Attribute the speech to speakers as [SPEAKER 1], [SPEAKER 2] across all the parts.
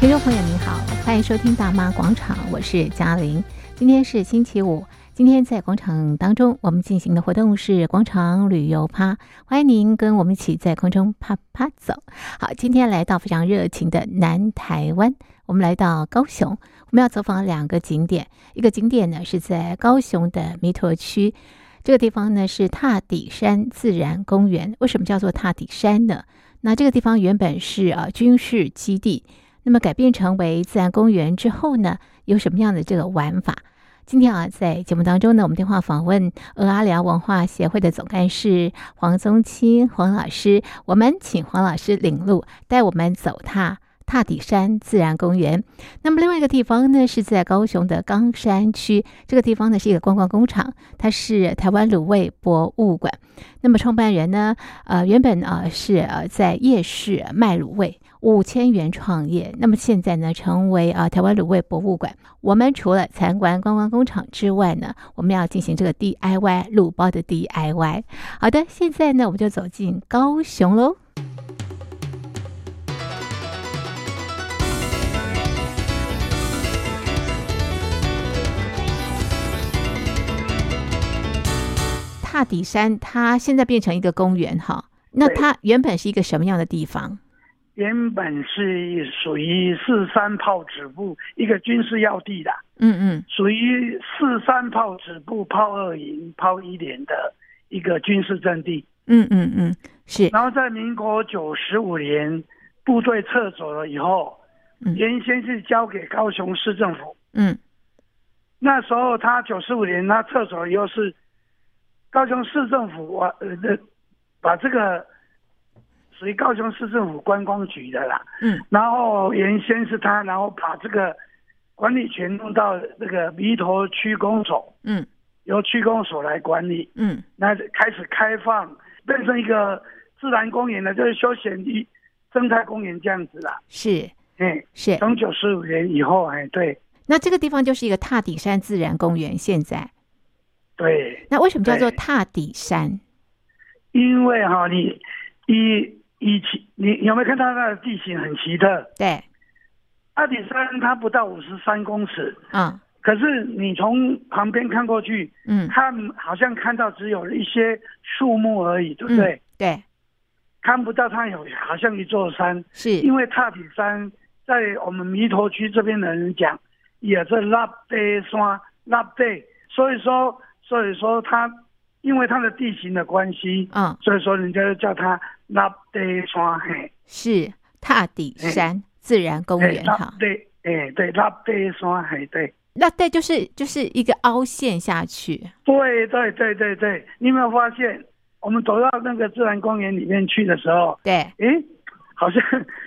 [SPEAKER 1] 听众朋友您好，欢迎收听《大妈广场》，我是嘉玲。今天是星期五，今天在广场当中，我们进行的活动是广场旅游趴，欢迎您跟我们一起在空中啪啪走。好，今天来到非常热情的南台湾，我们来到高雄，我们要走访两个景点，一个景点呢是在高雄的弥陀区。这个地方呢是踏底山自然公园。为什么叫做踏底山呢？那这个地方原本是啊军事基地，那么改变成为自然公园之后呢，有什么样的这个玩法？今天啊，在节目当中呢，我们电话访问俄阿寮文化协会的总干事黄宗清黄老师，我们请黄老师领路，带我们走踏踏底山自然公园。那么另外一个地方呢，是在高雄的冈山区，这个地方呢是一个观光工厂，它是台湾卤味博物馆。那么创办人呢，呃，原本啊、呃、是呃在夜市卖卤味。五千元创业，那么现在呢，成为啊、呃、台湾卤味博物馆。我们除了参观观光工厂之外呢，我们要进行这个 DIY 卤包的 DIY。好的，现在呢，我们就走进高雄喽。踏底山，它现在变成一个公园哈。那
[SPEAKER 2] 对
[SPEAKER 1] 它原本是一个什么样的地方？
[SPEAKER 2] 原本是属于四三炮指部一个军事要地的，
[SPEAKER 1] 嗯嗯
[SPEAKER 2] 属于四三炮指部炮二营、炮一连的一个军事阵地。
[SPEAKER 1] 嗯嗯嗯，是，
[SPEAKER 2] 然后在民国九十五年部队撤走了以后
[SPEAKER 1] 嗯，
[SPEAKER 2] 原先是交给高雄市政府。
[SPEAKER 1] 嗯
[SPEAKER 2] 那时候他九十五年他撤走了以后是高雄市政府啊呃呃把这个属于高雄市政府观光局的啦。
[SPEAKER 1] 嗯
[SPEAKER 2] 然后原先是他，然后把这个管理权弄到那个弥陀区公所，
[SPEAKER 1] 嗯
[SPEAKER 2] 由区公所来管理。
[SPEAKER 1] 嗯
[SPEAKER 2] 那开始开放，变成一个自然公园了，就是休闲地生态公园这样子啦。
[SPEAKER 1] 是
[SPEAKER 2] 哎，
[SPEAKER 1] 是。
[SPEAKER 2] 从九十五年以后，哎，对
[SPEAKER 1] 那这个地方就是一个踏底山自然公园，现在。
[SPEAKER 2] 对，
[SPEAKER 1] 那为什么叫做
[SPEAKER 2] 对
[SPEAKER 1] 踏底山？
[SPEAKER 2] 因为哈、你一一起，你你有没有看到它的地形很奇特？
[SPEAKER 1] 对，
[SPEAKER 2] 阿里山它不到五十三公尺，
[SPEAKER 1] 啊、
[SPEAKER 2] 可是你从旁边看过去，
[SPEAKER 1] 嗯，
[SPEAKER 2] 看好像看到只有一些树木而已，对不对？
[SPEAKER 1] 嗯对，
[SPEAKER 2] 看不到它有好像一座山，
[SPEAKER 1] 是，
[SPEAKER 2] 因为塔底山在我们弥陀区这边的人讲，也是拉贝山拉贝，所以说所以说它因为它的地形的关系，
[SPEAKER 1] 嗯，
[SPEAKER 2] 所以说人家就叫它拉贝山，嘿，
[SPEAKER 1] 是踏底山自然公
[SPEAKER 2] 哎
[SPEAKER 1] 园
[SPEAKER 2] 拉
[SPEAKER 1] 哈。
[SPEAKER 2] 贝，哎对，拉贝山，嘿对。
[SPEAKER 1] 那对，就是就是一个凹陷下去。
[SPEAKER 2] 对对对对对，你有没有发现，我们走到那个自然公园里面去的时候，
[SPEAKER 1] 对，
[SPEAKER 2] 诶，好像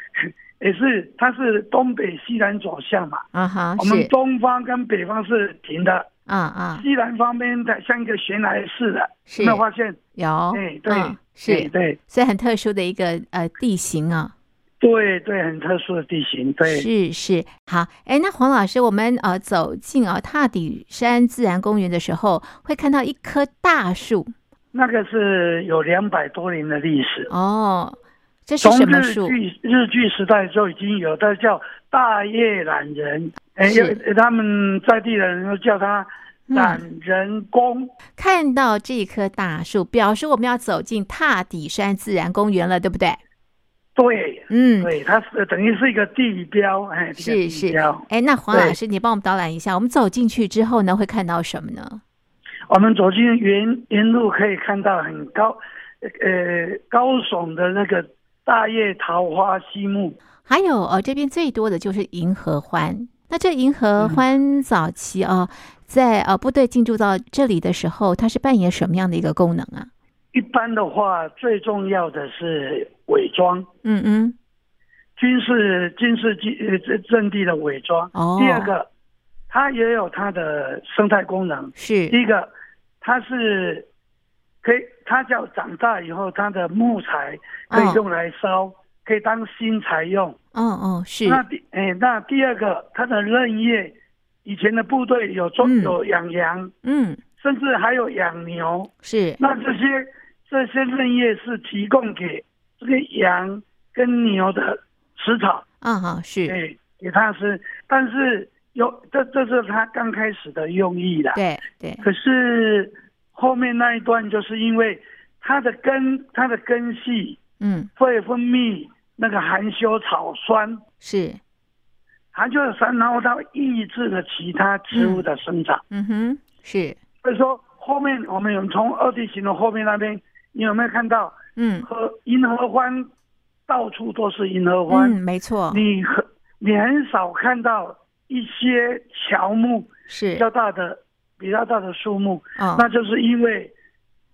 [SPEAKER 2] 也是，它是东北西南走向嘛。
[SPEAKER 1] 啊哈，
[SPEAKER 2] 我们
[SPEAKER 1] 是，
[SPEAKER 2] 东方跟北方是平的，
[SPEAKER 1] 啊啊，
[SPEAKER 2] 西南方面的像一个悬崖似的。
[SPEAKER 1] 是
[SPEAKER 2] 有没有发现？
[SPEAKER 1] 有，
[SPEAKER 2] 哎对
[SPEAKER 1] 嗯
[SPEAKER 2] 哎
[SPEAKER 1] 是，
[SPEAKER 2] 对
[SPEAKER 1] 所以很特殊的一个呃地形啊。
[SPEAKER 2] 对对，很特殊的地形。对，
[SPEAKER 1] 是是，好，哎，那黄老师，我们呃走进呃踏底山自然公园的时候，会看到一棵大树
[SPEAKER 2] 那个是有两百多年的历史，
[SPEAKER 1] 哦，这是
[SPEAKER 2] 从
[SPEAKER 1] 什么
[SPEAKER 2] 日
[SPEAKER 1] 树？
[SPEAKER 2] 据日据时代就已经有，它叫大叶懒人，哎，
[SPEAKER 1] 是嗯
[SPEAKER 2] 有他们在地的人都叫它懒人公。
[SPEAKER 1] 看到这棵大树，表示我们要走进踏底山自然公园了，对不对？
[SPEAKER 2] 对，
[SPEAKER 1] 嗯，
[SPEAKER 2] 对，它是等于是一个地标，哎，一个
[SPEAKER 1] 是
[SPEAKER 2] 地
[SPEAKER 1] 是
[SPEAKER 2] 标。。
[SPEAKER 1] 哎，那黄
[SPEAKER 2] 对
[SPEAKER 1] 老师，你帮我们导览一下，我们走进去之后呢，会看到什么呢？
[SPEAKER 2] 我们走进原原路可以看到很高，呃，高耸的那个大叶桃花溪木。
[SPEAKER 1] 还有呃，这边最多的就是银河欢。那这银
[SPEAKER 2] 嗯
[SPEAKER 1] 河欢早期啊、呃在呃部队进驻到这里的时候，它是扮演什么样的一个功能啊？
[SPEAKER 2] 一般的话，最重要的是伪装。
[SPEAKER 1] 嗯嗯，
[SPEAKER 2] 军事军事基呃阵阵地的伪装。
[SPEAKER 1] 哦
[SPEAKER 2] 第二个，它也有它的生态功能。
[SPEAKER 1] 是
[SPEAKER 2] 第一个，它是可以，它叫长大以后，它的木材可
[SPEAKER 1] 哦
[SPEAKER 2] 以用来烧，可以当新材用。
[SPEAKER 1] 哦哦是，
[SPEAKER 2] 那第哎，那第二个，它的嫩叶，以前的部队有种、
[SPEAKER 1] 嗯
[SPEAKER 2] 有养羊，
[SPEAKER 1] 嗯
[SPEAKER 2] 甚至还有养牛。
[SPEAKER 1] 是
[SPEAKER 2] 那这些这些嫩叶是提供给这个羊跟牛的食草。
[SPEAKER 1] 啊哈、是
[SPEAKER 2] 对，给他是，但是有这这是他刚开始的用意啦。
[SPEAKER 1] 对对，
[SPEAKER 2] 可是后面那一段，就是因为它的根，它的根系
[SPEAKER 1] 嗯，
[SPEAKER 2] 会分泌那个含羞草酸，
[SPEAKER 1] 是，
[SPEAKER 2] 含羞草酸，然后它会抑制了其他植物的生长。
[SPEAKER 1] 嗯哼，是，
[SPEAKER 2] 所以说后面我们有从二地形的后面那边，你有没有看到
[SPEAKER 1] 嗯
[SPEAKER 2] 和银河欢到处都是银河欢？
[SPEAKER 1] 嗯，没错，
[SPEAKER 2] 啊你很你很少看到一些乔木
[SPEAKER 1] 是
[SPEAKER 2] 比较大的比较大的树木，
[SPEAKER 1] 哦，
[SPEAKER 2] 那就是因为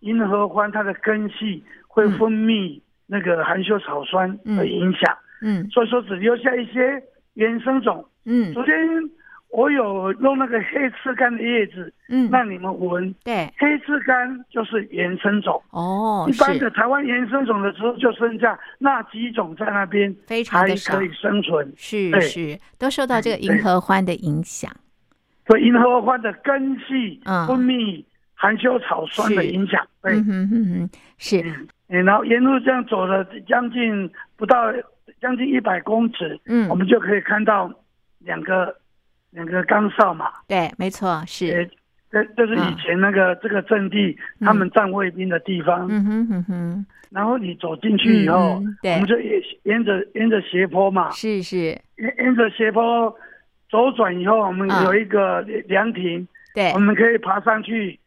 [SPEAKER 2] 银河欢它的根系会分泌那个含羞草酸的影响，
[SPEAKER 1] 嗯
[SPEAKER 2] 所以说只留下一些原生种。
[SPEAKER 1] 嗯
[SPEAKER 2] 昨天我有弄那个黑刺柑的叶子
[SPEAKER 1] 嗯，
[SPEAKER 2] 让你们闻，
[SPEAKER 1] 对，
[SPEAKER 2] 黑刺柑就是原生种。
[SPEAKER 1] 哦，
[SPEAKER 2] 一般的
[SPEAKER 1] 是
[SPEAKER 2] 台湾原生种的植物就剩下那几种在那边
[SPEAKER 1] 非常
[SPEAKER 2] 还
[SPEAKER 1] 的少
[SPEAKER 2] 可，以生存。
[SPEAKER 1] 是
[SPEAKER 2] 对
[SPEAKER 1] 是，都受到这个
[SPEAKER 2] 嗯
[SPEAKER 1] 银
[SPEAKER 2] 对
[SPEAKER 1] 河欢的影响，
[SPEAKER 2] 所以银河欢的根系
[SPEAKER 1] 嗯
[SPEAKER 2] 分泌含羞草酸的
[SPEAKER 1] 是
[SPEAKER 2] 影响，对，
[SPEAKER 1] 嗯哼哼哼，是，
[SPEAKER 2] 嗯，然后沿路这样走了将近不到将近一百公尺，
[SPEAKER 1] 嗯
[SPEAKER 2] 我，们就可以看到两个两个岗哨嘛，
[SPEAKER 1] 对，没错，
[SPEAKER 2] 呃
[SPEAKER 1] 是，，
[SPEAKER 2] 这这是以
[SPEAKER 1] 嗯
[SPEAKER 2] 前那个这个阵地
[SPEAKER 1] 嗯
[SPEAKER 2] 他们站卫兵的地方。
[SPEAKER 1] 嗯哼哼哼，
[SPEAKER 2] 然后你走进去以后
[SPEAKER 1] 嗯嗯，对
[SPEAKER 2] 我们就沿沿着沿着斜坡嘛，
[SPEAKER 1] 是是，
[SPEAKER 2] 沿沿着斜坡左转以后，我们
[SPEAKER 1] 嗯
[SPEAKER 2] 有一个凉亭，
[SPEAKER 1] 对
[SPEAKER 2] 我，们可以爬上去，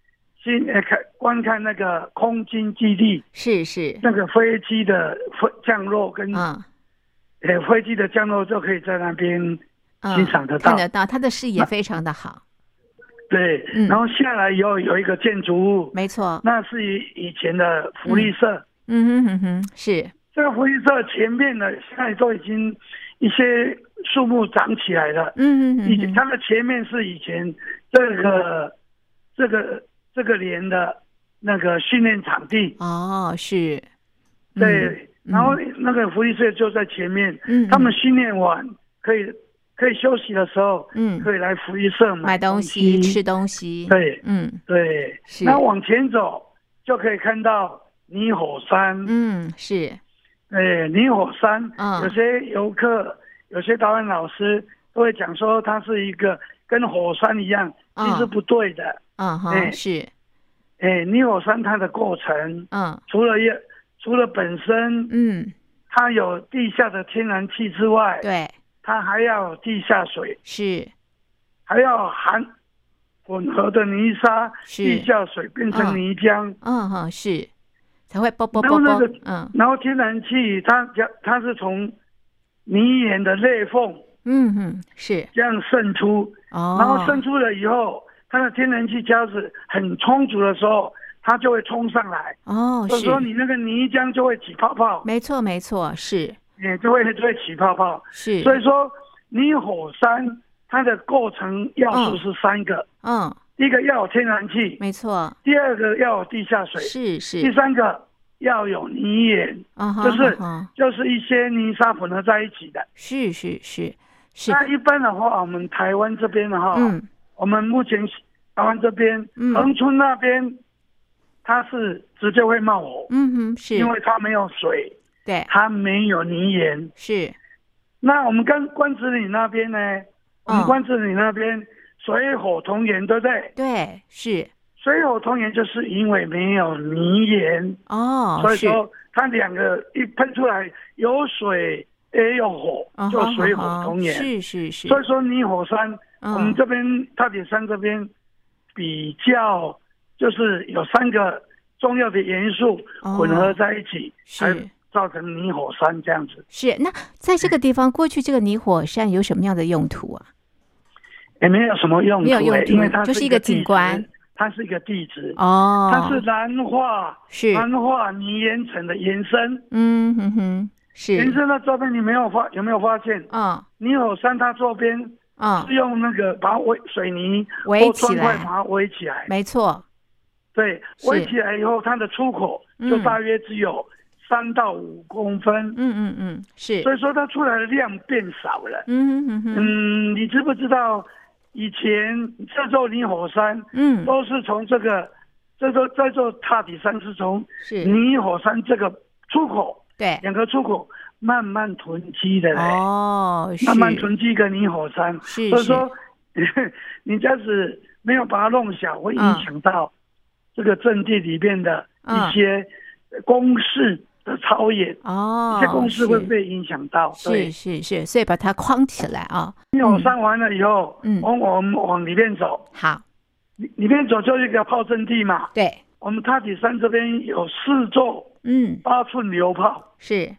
[SPEAKER 2] 欣呃看观看那个空军基地
[SPEAKER 1] 是是，
[SPEAKER 2] 那个飞机的飞降落跟
[SPEAKER 1] 嗯
[SPEAKER 2] 呃，飞机的降落就可以在那边，
[SPEAKER 1] 嗯，
[SPEAKER 2] 欣赏得
[SPEAKER 1] 看
[SPEAKER 2] 到
[SPEAKER 1] 得到，他的视野非常的好，
[SPEAKER 2] 对，
[SPEAKER 1] 嗯
[SPEAKER 2] 然后下来以后有一个建筑物，
[SPEAKER 1] 没错，
[SPEAKER 2] 那是以以前的福利社，
[SPEAKER 1] 嗯哼哼哼，是，
[SPEAKER 2] 这个福利社前面的现在都已经一些树木长起来了，
[SPEAKER 1] 嗯哼
[SPEAKER 2] 以
[SPEAKER 1] 哼
[SPEAKER 2] 前
[SPEAKER 1] 哼，
[SPEAKER 2] 它的前面是以前这个这个这个连的那个训练场地，
[SPEAKER 1] 哦，是，嗯
[SPEAKER 2] 对，然后那个福利社就在前面，
[SPEAKER 1] 嗯，
[SPEAKER 2] 他
[SPEAKER 1] 嗯
[SPEAKER 2] 们训练完可以可以休息的时候，
[SPEAKER 1] 嗯
[SPEAKER 2] 可以来福利社
[SPEAKER 1] 买东
[SPEAKER 2] 西
[SPEAKER 1] 西、吃东西，
[SPEAKER 2] 对
[SPEAKER 1] 嗯
[SPEAKER 2] 对，
[SPEAKER 1] 是
[SPEAKER 2] 那往前走就可以看到泥火山。
[SPEAKER 1] 嗯是，
[SPEAKER 2] 哎，泥火山，
[SPEAKER 1] 嗯
[SPEAKER 2] 有些游客、有些导演老师都会讲说，它是一个跟火山一样，
[SPEAKER 1] 嗯
[SPEAKER 2] 其实不对的。
[SPEAKER 1] 嗯哼
[SPEAKER 2] 哎
[SPEAKER 1] 是，
[SPEAKER 2] 哎，泥火山它的过程，
[SPEAKER 1] 嗯
[SPEAKER 2] 除了也除了本身
[SPEAKER 1] 嗯
[SPEAKER 2] 它有地下的天然气之外，
[SPEAKER 1] 对
[SPEAKER 2] 它还要有地下水，
[SPEAKER 1] 是
[SPEAKER 2] 还要含混合的泥沙、
[SPEAKER 1] 是
[SPEAKER 2] 地下水变成泥浆，
[SPEAKER 1] 嗯哼是，才会啵啵
[SPEAKER 2] 然
[SPEAKER 1] 啵
[SPEAKER 2] 后那
[SPEAKER 1] 啵
[SPEAKER 2] 个，
[SPEAKER 1] 嗯
[SPEAKER 2] 然后天然气它它是从泥岩的裂缝
[SPEAKER 1] 嗯哼是
[SPEAKER 2] 这样渗出。
[SPEAKER 1] 哦，
[SPEAKER 2] 然后渗出了以后，它的天然气胶质很充足的时候，它就会冲上来，
[SPEAKER 1] 哦
[SPEAKER 2] 所以说
[SPEAKER 1] 是，
[SPEAKER 2] 你那个泥浆就会起泡泡，
[SPEAKER 1] 没错没错是嗯
[SPEAKER 2] 也就会就会起泡泡。
[SPEAKER 1] 是，
[SPEAKER 2] 所以说，泥火山它的构成要素是三个，
[SPEAKER 1] 嗯
[SPEAKER 2] 第一个要有天然气，
[SPEAKER 1] 没错
[SPEAKER 2] 第二个要有地下水，
[SPEAKER 1] 是
[SPEAKER 2] 第
[SPEAKER 1] 是，
[SPEAKER 2] 三个要有泥岩，
[SPEAKER 1] 嗯哼
[SPEAKER 2] 就是
[SPEAKER 1] 嗯哼
[SPEAKER 2] 就是一些泥沙混合在一起的。
[SPEAKER 1] 是是是是，
[SPEAKER 2] 那一般的话，我们台湾这边的话，
[SPEAKER 1] 嗯
[SPEAKER 2] 我们目前台湾这边
[SPEAKER 1] 嗯
[SPEAKER 2] 恒春那边，它是直接会冒火，
[SPEAKER 1] 嗯哼是
[SPEAKER 2] 因，为它没有水，
[SPEAKER 1] 对
[SPEAKER 2] 它没有泥岩。
[SPEAKER 1] 是
[SPEAKER 2] 那我们跟关子岭那边呢？
[SPEAKER 1] 哦
[SPEAKER 2] 我们关子岭那边水火同源，对不对？
[SPEAKER 1] 对是
[SPEAKER 2] 水火同源就是因为没有泥岩，
[SPEAKER 1] 哦
[SPEAKER 2] 所以
[SPEAKER 1] 是。
[SPEAKER 2] 说它两个一喷出来有水也有火，
[SPEAKER 1] 嗯
[SPEAKER 2] 就
[SPEAKER 1] 哼
[SPEAKER 2] 水
[SPEAKER 1] 嗯
[SPEAKER 2] 火
[SPEAKER 1] 哼
[SPEAKER 2] 同源。
[SPEAKER 1] 是是是，
[SPEAKER 2] 所以说泥火山我们
[SPEAKER 1] 嗯
[SPEAKER 2] 这边大铁山这边比较就是有三个重要的元素
[SPEAKER 1] 哦
[SPEAKER 2] 混合在一起，才
[SPEAKER 1] 是
[SPEAKER 2] 造成泥火山这样子。
[SPEAKER 1] 是，那在这个地方，过去这个泥火山有什么样的用途啊？
[SPEAKER 2] 也没有什么用
[SPEAKER 1] 没
[SPEAKER 2] 途、
[SPEAKER 1] 有用
[SPEAKER 2] 欸
[SPEAKER 1] 途
[SPEAKER 2] 因为它
[SPEAKER 1] 就是一
[SPEAKER 2] 一
[SPEAKER 1] 个
[SPEAKER 2] 地
[SPEAKER 1] 景观
[SPEAKER 2] 质，它是一个地质，
[SPEAKER 1] 哦，
[SPEAKER 2] 它是蓝化
[SPEAKER 1] 是，
[SPEAKER 2] 蓝化泥岩层的延伸。
[SPEAKER 1] 嗯哼哼，
[SPEAKER 2] 延
[SPEAKER 1] 是，
[SPEAKER 2] 伸的照片你没有发有没有发现？
[SPEAKER 1] 嗯
[SPEAKER 2] 泥火山它周边
[SPEAKER 1] 嗯
[SPEAKER 2] 是，用那个把围水泥
[SPEAKER 1] 围
[SPEAKER 2] 或
[SPEAKER 1] 起
[SPEAKER 2] 砖块
[SPEAKER 1] 来
[SPEAKER 2] 把它围起来，
[SPEAKER 1] 没错，
[SPEAKER 2] 对，
[SPEAKER 1] 是
[SPEAKER 2] 围起来以后，它的出口就大约只有三到五公分，
[SPEAKER 1] 嗯嗯嗯，是，
[SPEAKER 2] 所以说它出来的量变少了。
[SPEAKER 1] 嗯哼哼，
[SPEAKER 2] 嗯，你知不知道以前这座泥火山
[SPEAKER 1] 嗯，
[SPEAKER 2] 都是从这个这座这座塔底山是从
[SPEAKER 1] 是，
[SPEAKER 2] 泥火山这个出口
[SPEAKER 1] 对，
[SPEAKER 2] 两个出口慢慢囤积的嘞，
[SPEAKER 1] 哦，是
[SPEAKER 2] 慢慢囤积一个泥火山。
[SPEAKER 1] 是
[SPEAKER 2] 所以
[SPEAKER 1] 是
[SPEAKER 2] 说， 你这样子没有把它弄小，会影
[SPEAKER 1] 嗯
[SPEAKER 2] 响到这个阵地里面的
[SPEAKER 1] 嗯
[SPEAKER 2] 一些公式的超越，
[SPEAKER 1] 哦
[SPEAKER 2] 一些，公式会
[SPEAKER 1] 是
[SPEAKER 2] 被影响到。对
[SPEAKER 1] 是，是是，所以把它框起来啊、
[SPEAKER 2] 因为我上完了以后，
[SPEAKER 1] 嗯
[SPEAKER 2] 往我们往里面走，
[SPEAKER 1] 好，
[SPEAKER 2] 里里面走就是一个炮阵地嘛。
[SPEAKER 1] 对，
[SPEAKER 2] 我们塔底山这边有四座
[SPEAKER 1] 嗯，
[SPEAKER 2] 八寸榴炮，
[SPEAKER 1] 是，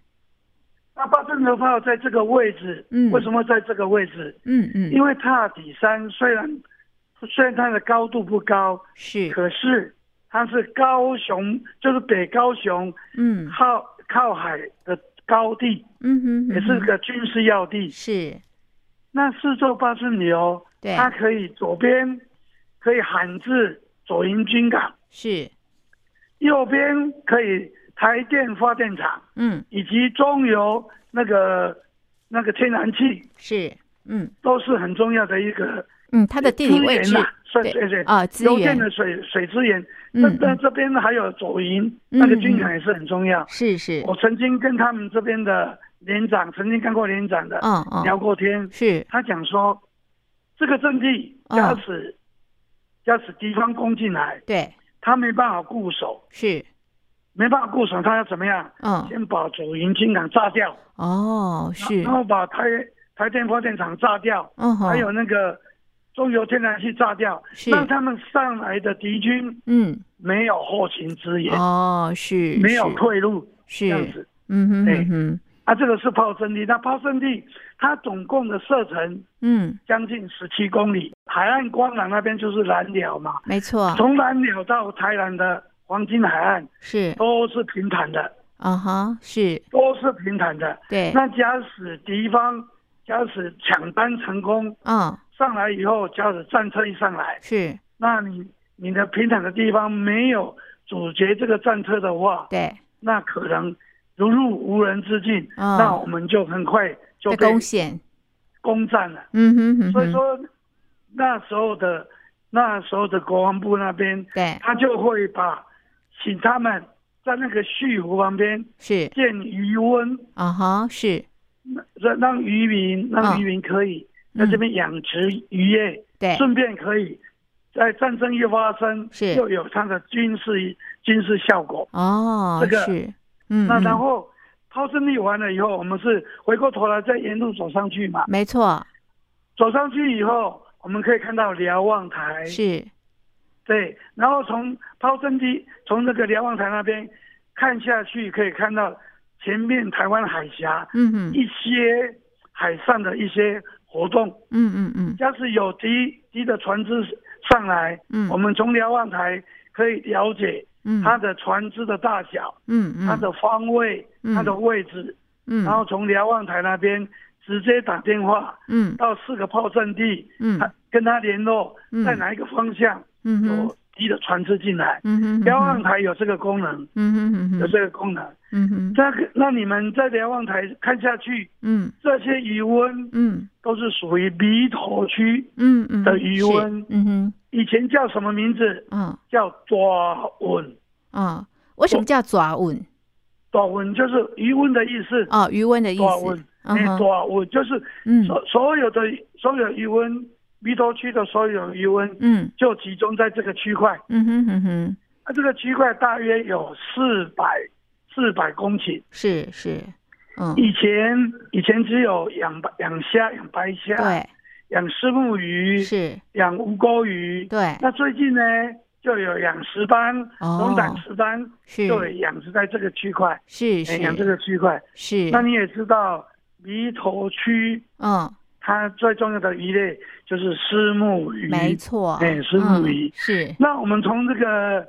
[SPEAKER 2] 那八寸榴炮在这个位置，
[SPEAKER 1] 嗯
[SPEAKER 2] 为什么在这个位置？
[SPEAKER 1] 嗯嗯，
[SPEAKER 2] 因为塔底山虽然虽然它的高度不高，
[SPEAKER 1] 是，
[SPEAKER 2] 可是它是高雄，就是北高雄
[SPEAKER 1] 嗯
[SPEAKER 2] 靠靠海的高地，
[SPEAKER 1] 嗯哼，
[SPEAKER 2] 也是
[SPEAKER 1] 嗯哼
[SPEAKER 2] 个军事要地。
[SPEAKER 1] 是，
[SPEAKER 2] 那四座八寸牛，
[SPEAKER 1] 对，
[SPEAKER 2] 它可以左边可以喊至左营军港，
[SPEAKER 1] 是，
[SPEAKER 2] 右边可以台电发电厂
[SPEAKER 1] 嗯
[SPEAKER 2] 以及中油那个那个天然气，
[SPEAKER 1] 是，嗯
[SPEAKER 2] 都是很重要的一个
[SPEAKER 1] 嗯，它的地理位
[SPEAKER 2] 资
[SPEAKER 1] 置
[SPEAKER 2] 源，啦，算
[SPEAKER 1] 对
[SPEAKER 2] 对对
[SPEAKER 1] 啊资
[SPEAKER 2] 邮
[SPEAKER 1] 源
[SPEAKER 2] 电的水水资源，
[SPEAKER 1] 嗯
[SPEAKER 2] 那
[SPEAKER 1] 嗯
[SPEAKER 2] 那这边还有左营
[SPEAKER 1] 嗯
[SPEAKER 2] 那个军港也是很重要。
[SPEAKER 1] 是是，
[SPEAKER 2] 我曾经跟他们这边的连长，曾经干过连长的
[SPEAKER 1] 嗯嗯，
[SPEAKER 2] 聊过天，
[SPEAKER 1] 是，
[SPEAKER 2] 他讲说，这个阵地
[SPEAKER 1] 嗯
[SPEAKER 2] 假使假使敌方攻进来，
[SPEAKER 1] 对，
[SPEAKER 2] 他没办法固守，
[SPEAKER 1] 是，
[SPEAKER 2] 没办法固守，他要怎么样？
[SPEAKER 1] 嗯，
[SPEAKER 2] 先把左营军港炸掉，
[SPEAKER 1] 哦，是
[SPEAKER 2] 然，后把台台电发电厂炸掉，
[SPEAKER 1] 嗯哼
[SPEAKER 2] 还，有那个中油天然气炸掉，
[SPEAKER 1] 是，
[SPEAKER 2] 让他们上来的敌军
[SPEAKER 1] 嗯，
[SPEAKER 2] 没有后勤支援，
[SPEAKER 1] 哦，是，
[SPEAKER 2] 没有
[SPEAKER 1] 是
[SPEAKER 2] 退路，这样
[SPEAKER 1] 是，
[SPEAKER 2] 子。
[SPEAKER 1] 嗯哼
[SPEAKER 2] 对
[SPEAKER 1] 嗯哼，
[SPEAKER 2] 啊，这个是炮阵地。那炮阵地它总共的射程
[SPEAKER 1] 嗯，
[SPEAKER 2] 将近十七公里，海岸光廊那边就是蓝鸟嘛，
[SPEAKER 1] 没错，
[SPEAKER 2] 从蓝鸟到台南的黄金海岸
[SPEAKER 1] 是，
[SPEAKER 2] 都是平坦的，
[SPEAKER 1] 啊哈，是，
[SPEAKER 2] 都是平坦的。
[SPEAKER 1] 对，
[SPEAKER 2] 那假使敌方假使抢单成功，
[SPEAKER 1] 嗯，
[SPEAKER 2] 上来以后，假使战车一上来，
[SPEAKER 1] 是，
[SPEAKER 2] 那你你的平坦的地方没有阻截这个战车的话，
[SPEAKER 1] 对，
[SPEAKER 2] 那可能如入无人之境，
[SPEAKER 1] 嗯
[SPEAKER 2] 那我们就很快就
[SPEAKER 1] 在
[SPEAKER 2] 被
[SPEAKER 1] 攻陷，
[SPEAKER 2] 攻占了。
[SPEAKER 1] 嗯哼嗯哼，
[SPEAKER 2] 所以说，那时候的那时候的国防部那边，
[SPEAKER 1] 对，
[SPEAKER 2] 他就会把请他们在那个蓄湖旁边
[SPEAKER 1] 是，
[SPEAKER 2] 建渔温，
[SPEAKER 1] 啊哈，是，
[SPEAKER 2] 让让渔民让渔民可以在这边养殖渔业，
[SPEAKER 1] 哦嗯对，
[SPEAKER 2] 顺便可以在战争一发生，
[SPEAKER 1] 是
[SPEAKER 2] 又有它的军事军事效果。
[SPEAKER 1] 哦，
[SPEAKER 2] 这个
[SPEAKER 1] 是，嗯，
[SPEAKER 2] 那
[SPEAKER 1] 嗯
[SPEAKER 2] 然后抛胜利完了以后，我们是回过头来再沿路走上去嘛。
[SPEAKER 1] 没错，
[SPEAKER 2] 走上去以后，我们可以看到瞭望台，
[SPEAKER 1] 是，
[SPEAKER 2] 对，然后从抛胜利从那个瞭望台那边看下去，可以看到前面台湾海峡
[SPEAKER 1] 嗯哼，
[SPEAKER 2] 一些海上的一些活动。
[SPEAKER 1] 嗯嗯嗯
[SPEAKER 2] 要是有敌敌的船只上来，
[SPEAKER 1] 嗯，
[SPEAKER 2] 我们从瞭望台可以了解
[SPEAKER 1] 嗯
[SPEAKER 2] 它的船只的大小、
[SPEAKER 1] 嗯嗯
[SPEAKER 2] 它的方位、
[SPEAKER 1] 嗯
[SPEAKER 2] 它的位置，
[SPEAKER 1] 嗯，
[SPEAKER 2] 然后从瞭望台那边直接打电话
[SPEAKER 1] 嗯
[SPEAKER 2] 到四个炮阵地，
[SPEAKER 1] 嗯
[SPEAKER 2] 他跟他联络
[SPEAKER 1] 嗯，
[SPEAKER 2] 在哪一个方向
[SPEAKER 1] 嗯哼
[SPEAKER 2] 有敌的船只进来。
[SPEAKER 1] 嗯哼，
[SPEAKER 2] 瞭望台有这个功能，
[SPEAKER 1] 嗯哼嗯
[SPEAKER 2] 有
[SPEAKER 1] 哼
[SPEAKER 2] 这个功能。
[SPEAKER 1] 嗯哼
[SPEAKER 2] 那个，那你们在瞭望台看下去，
[SPEAKER 1] 嗯
[SPEAKER 2] 这些余温
[SPEAKER 1] 嗯
[SPEAKER 2] 都是属于鼻头区，
[SPEAKER 1] 嗯嗯
[SPEAKER 2] 的余温
[SPEAKER 1] 嗯哼
[SPEAKER 2] 以前叫什么名字？
[SPEAKER 1] 嗯
[SPEAKER 2] 叫抓稳。
[SPEAKER 1] 嗯，为什么叫爪吻？
[SPEAKER 2] 抓稳就是余温的意思。
[SPEAKER 1] 哦，余温的意
[SPEAKER 2] 抓稳
[SPEAKER 1] 思，，嗯
[SPEAKER 2] 哎，
[SPEAKER 1] 哼
[SPEAKER 2] 抓稳就是
[SPEAKER 1] 嗯
[SPEAKER 2] 所所有的所有余温，鼻头区的所有余温
[SPEAKER 1] 嗯
[SPEAKER 2] 就集中在这个区块。
[SPEAKER 1] 嗯哼嗯哼，
[SPEAKER 2] 那这个区块大约有四百四百公顷。
[SPEAKER 1] 是是，嗯
[SPEAKER 2] 以前以前只有养白养虾、养白虾、
[SPEAKER 1] 对
[SPEAKER 2] 养石目鱼、
[SPEAKER 1] 是，
[SPEAKER 2] 养吴钩鱼。
[SPEAKER 1] 对
[SPEAKER 2] 那最近呢，就有养石斑、
[SPEAKER 1] 哦
[SPEAKER 2] 龙胆石斑，
[SPEAKER 1] 是
[SPEAKER 2] 就有养殖在这个区块，
[SPEAKER 1] 是
[SPEAKER 2] 哎养这
[SPEAKER 1] 是
[SPEAKER 2] 个区块。
[SPEAKER 1] 是，
[SPEAKER 2] 那你也知道，离头区
[SPEAKER 1] 嗯
[SPEAKER 2] 它最重要的鱼类就是石目鱼。
[SPEAKER 1] 没错，
[SPEAKER 2] 哎石目鱼
[SPEAKER 1] 嗯是
[SPEAKER 2] 那我们从这个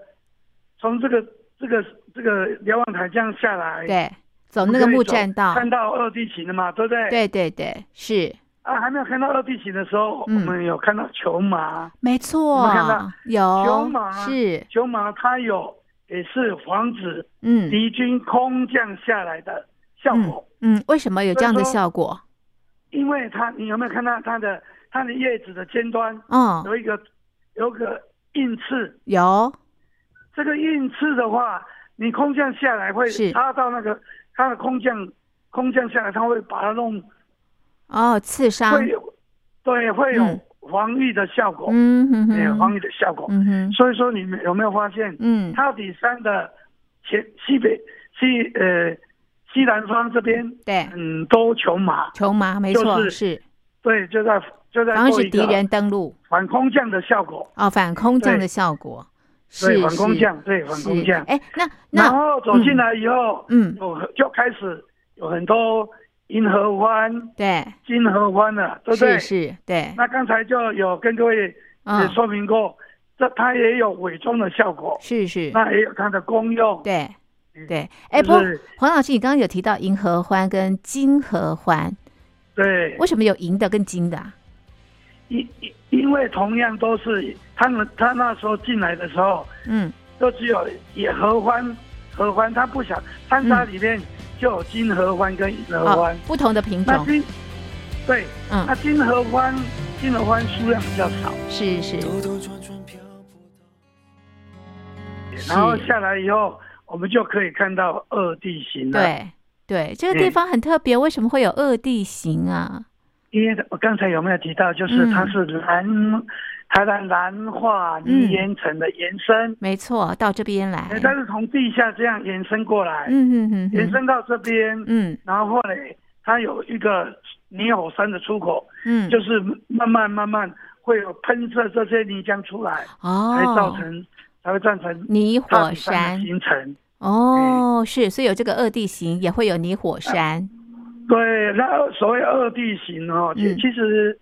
[SPEAKER 2] 从这个这个这个瞭望台这样下来，
[SPEAKER 1] 对，走
[SPEAKER 2] 我们
[SPEAKER 1] 那
[SPEAKER 2] 可以
[SPEAKER 1] 个
[SPEAKER 2] 走，
[SPEAKER 1] 木栈道，
[SPEAKER 2] 看到二地形了嘛，对不对？
[SPEAKER 1] 对对对，是
[SPEAKER 2] 啊，还没有看到二地形的时候，
[SPEAKER 1] 嗯
[SPEAKER 2] 我们有看到球麻，
[SPEAKER 1] 没错
[SPEAKER 2] 有没有看到，
[SPEAKER 1] 有
[SPEAKER 2] 熊马
[SPEAKER 1] 是
[SPEAKER 2] 球麻它有也是防止
[SPEAKER 1] 嗯
[SPEAKER 2] 敌军空降下来的效
[SPEAKER 1] 嗯
[SPEAKER 2] 果，
[SPEAKER 1] 嗯，为什么有这样的
[SPEAKER 2] 所以说
[SPEAKER 1] 效果？
[SPEAKER 2] 因为它你有没有看到它的它的叶子的尖端
[SPEAKER 1] 嗯，
[SPEAKER 2] 有一个有个硬刺，
[SPEAKER 1] 有
[SPEAKER 2] 这个硬刺的话，你空降下来会
[SPEAKER 1] 是
[SPEAKER 2] 插到那个它的空降空降下来，他会把它弄
[SPEAKER 1] 哦，刺伤，
[SPEAKER 2] 会有，对，会有
[SPEAKER 1] 嗯
[SPEAKER 2] 防御的效果，
[SPEAKER 1] 嗯哼
[SPEAKER 2] 哎
[SPEAKER 1] 哼，
[SPEAKER 2] 防御的效果。
[SPEAKER 1] 嗯哼，
[SPEAKER 2] 所以说，你们有没有发现，
[SPEAKER 1] 嗯
[SPEAKER 2] 它底山的前西北西呃西南方这边嗯
[SPEAKER 1] 对，
[SPEAKER 2] 很多球马，
[SPEAKER 1] 球麻没
[SPEAKER 2] 就
[SPEAKER 1] 错，
[SPEAKER 2] 是
[SPEAKER 1] 是
[SPEAKER 2] 对，就在就在
[SPEAKER 1] 防
[SPEAKER 2] 做
[SPEAKER 1] 止
[SPEAKER 2] 一
[SPEAKER 1] 敌
[SPEAKER 2] 个
[SPEAKER 1] 人登陆
[SPEAKER 2] 反空降的效果，
[SPEAKER 1] 哦，反空降
[SPEAKER 2] 对
[SPEAKER 1] 的效果，是
[SPEAKER 2] 对，反空
[SPEAKER 1] 是
[SPEAKER 2] 降，对，反空
[SPEAKER 1] 是，
[SPEAKER 2] 降。
[SPEAKER 1] 哎，那
[SPEAKER 2] 然
[SPEAKER 1] 那
[SPEAKER 2] 后走进来以后，
[SPEAKER 1] 嗯嗯
[SPEAKER 2] 有就开始有很多银河湾、
[SPEAKER 1] 对，
[SPEAKER 2] 金河湾了，对不对
[SPEAKER 1] 是？是，对，
[SPEAKER 2] 那刚才就有跟各位也
[SPEAKER 1] 嗯，
[SPEAKER 2] 说明过，这它也有伪装的效果，
[SPEAKER 1] 是是，
[SPEAKER 2] 那也有它的功用。
[SPEAKER 1] 对
[SPEAKER 2] 嗯
[SPEAKER 1] 对，哎，不
[SPEAKER 2] 就
[SPEAKER 1] 过
[SPEAKER 2] 是
[SPEAKER 1] 黄老师，你刚刚有提到银合欢跟金合欢，
[SPEAKER 2] 对，
[SPEAKER 1] 为什么有银的跟金的啊？
[SPEAKER 2] 因因因为同样都是他们，他那时候进来的时候，
[SPEAKER 1] 嗯，
[SPEAKER 2] 都只有也合欢，合欢他不想三沙里面就有金合欢跟银合
[SPEAKER 1] 哦
[SPEAKER 2] 欢，，
[SPEAKER 1] 不同的品
[SPEAKER 2] 那
[SPEAKER 1] 种，
[SPEAKER 2] 金对，
[SPEAKER 1] 嗯
[SPEAKER 2] 那，金合欢金合欢数量比较少，
[SPEAKER 1] 是是，
[SPEAKER 3] 兜兜转转漂泊到。
[SPEAKER 1] 是
[SPEAKER 2] 然后下来以后，我们就可以看到二地形了。，
[SPEAKER 1] 对对，这个地
[SPEAKER 2] 嗯
[SPEAKER 1] 方很特别，为什么会有二地形啊？
[SPEAKER 2] 因为我刚才有没有提到，就是
[SPEAKER 1] 嗯嗯
[SPEAKER 2] 它是南、台南南化泥岩城的延伸，
[SPEAKER 1] 没错，到这边来，
[SPEAKER 2] 它哎是从地下这样延伸过来，
[SPEAKER 1] 嗯嗯
[SPEAKER 2] 延
[SPEAKER 1] 嗯
[SPEAKER 2] 伸到这边，
[SPEAKER 1] 嗯
[SPEAKER 2] 然后后来它有一个泥火山的出口，
[SPEAKER 1] 嗯，
[SPEAKER 2] 就是慢慢慢慢会有喷射这些泥浆出来，才造
[SPEAKER 1] 哦，
[SPEAKER 2] 成才会造成
[SPEAKER 1] 泥
[SPEAKER 2] 大
[SPEAKER 1] 火
[SPEAKER 2] 屿山
[SPEAKER 1] 山
[SPEAKER 2] 的，形成。
[SPEAKER 1] 哦，是，所以有这个二地形，也会有泥
[SPEAKER 2] 啊
[SPEAKER 1] 火山，
[SPEAKER 2] 对，那所谓二地形哦，其
[SPEAKER 1] 嗯
[SPEAKER 2] 其实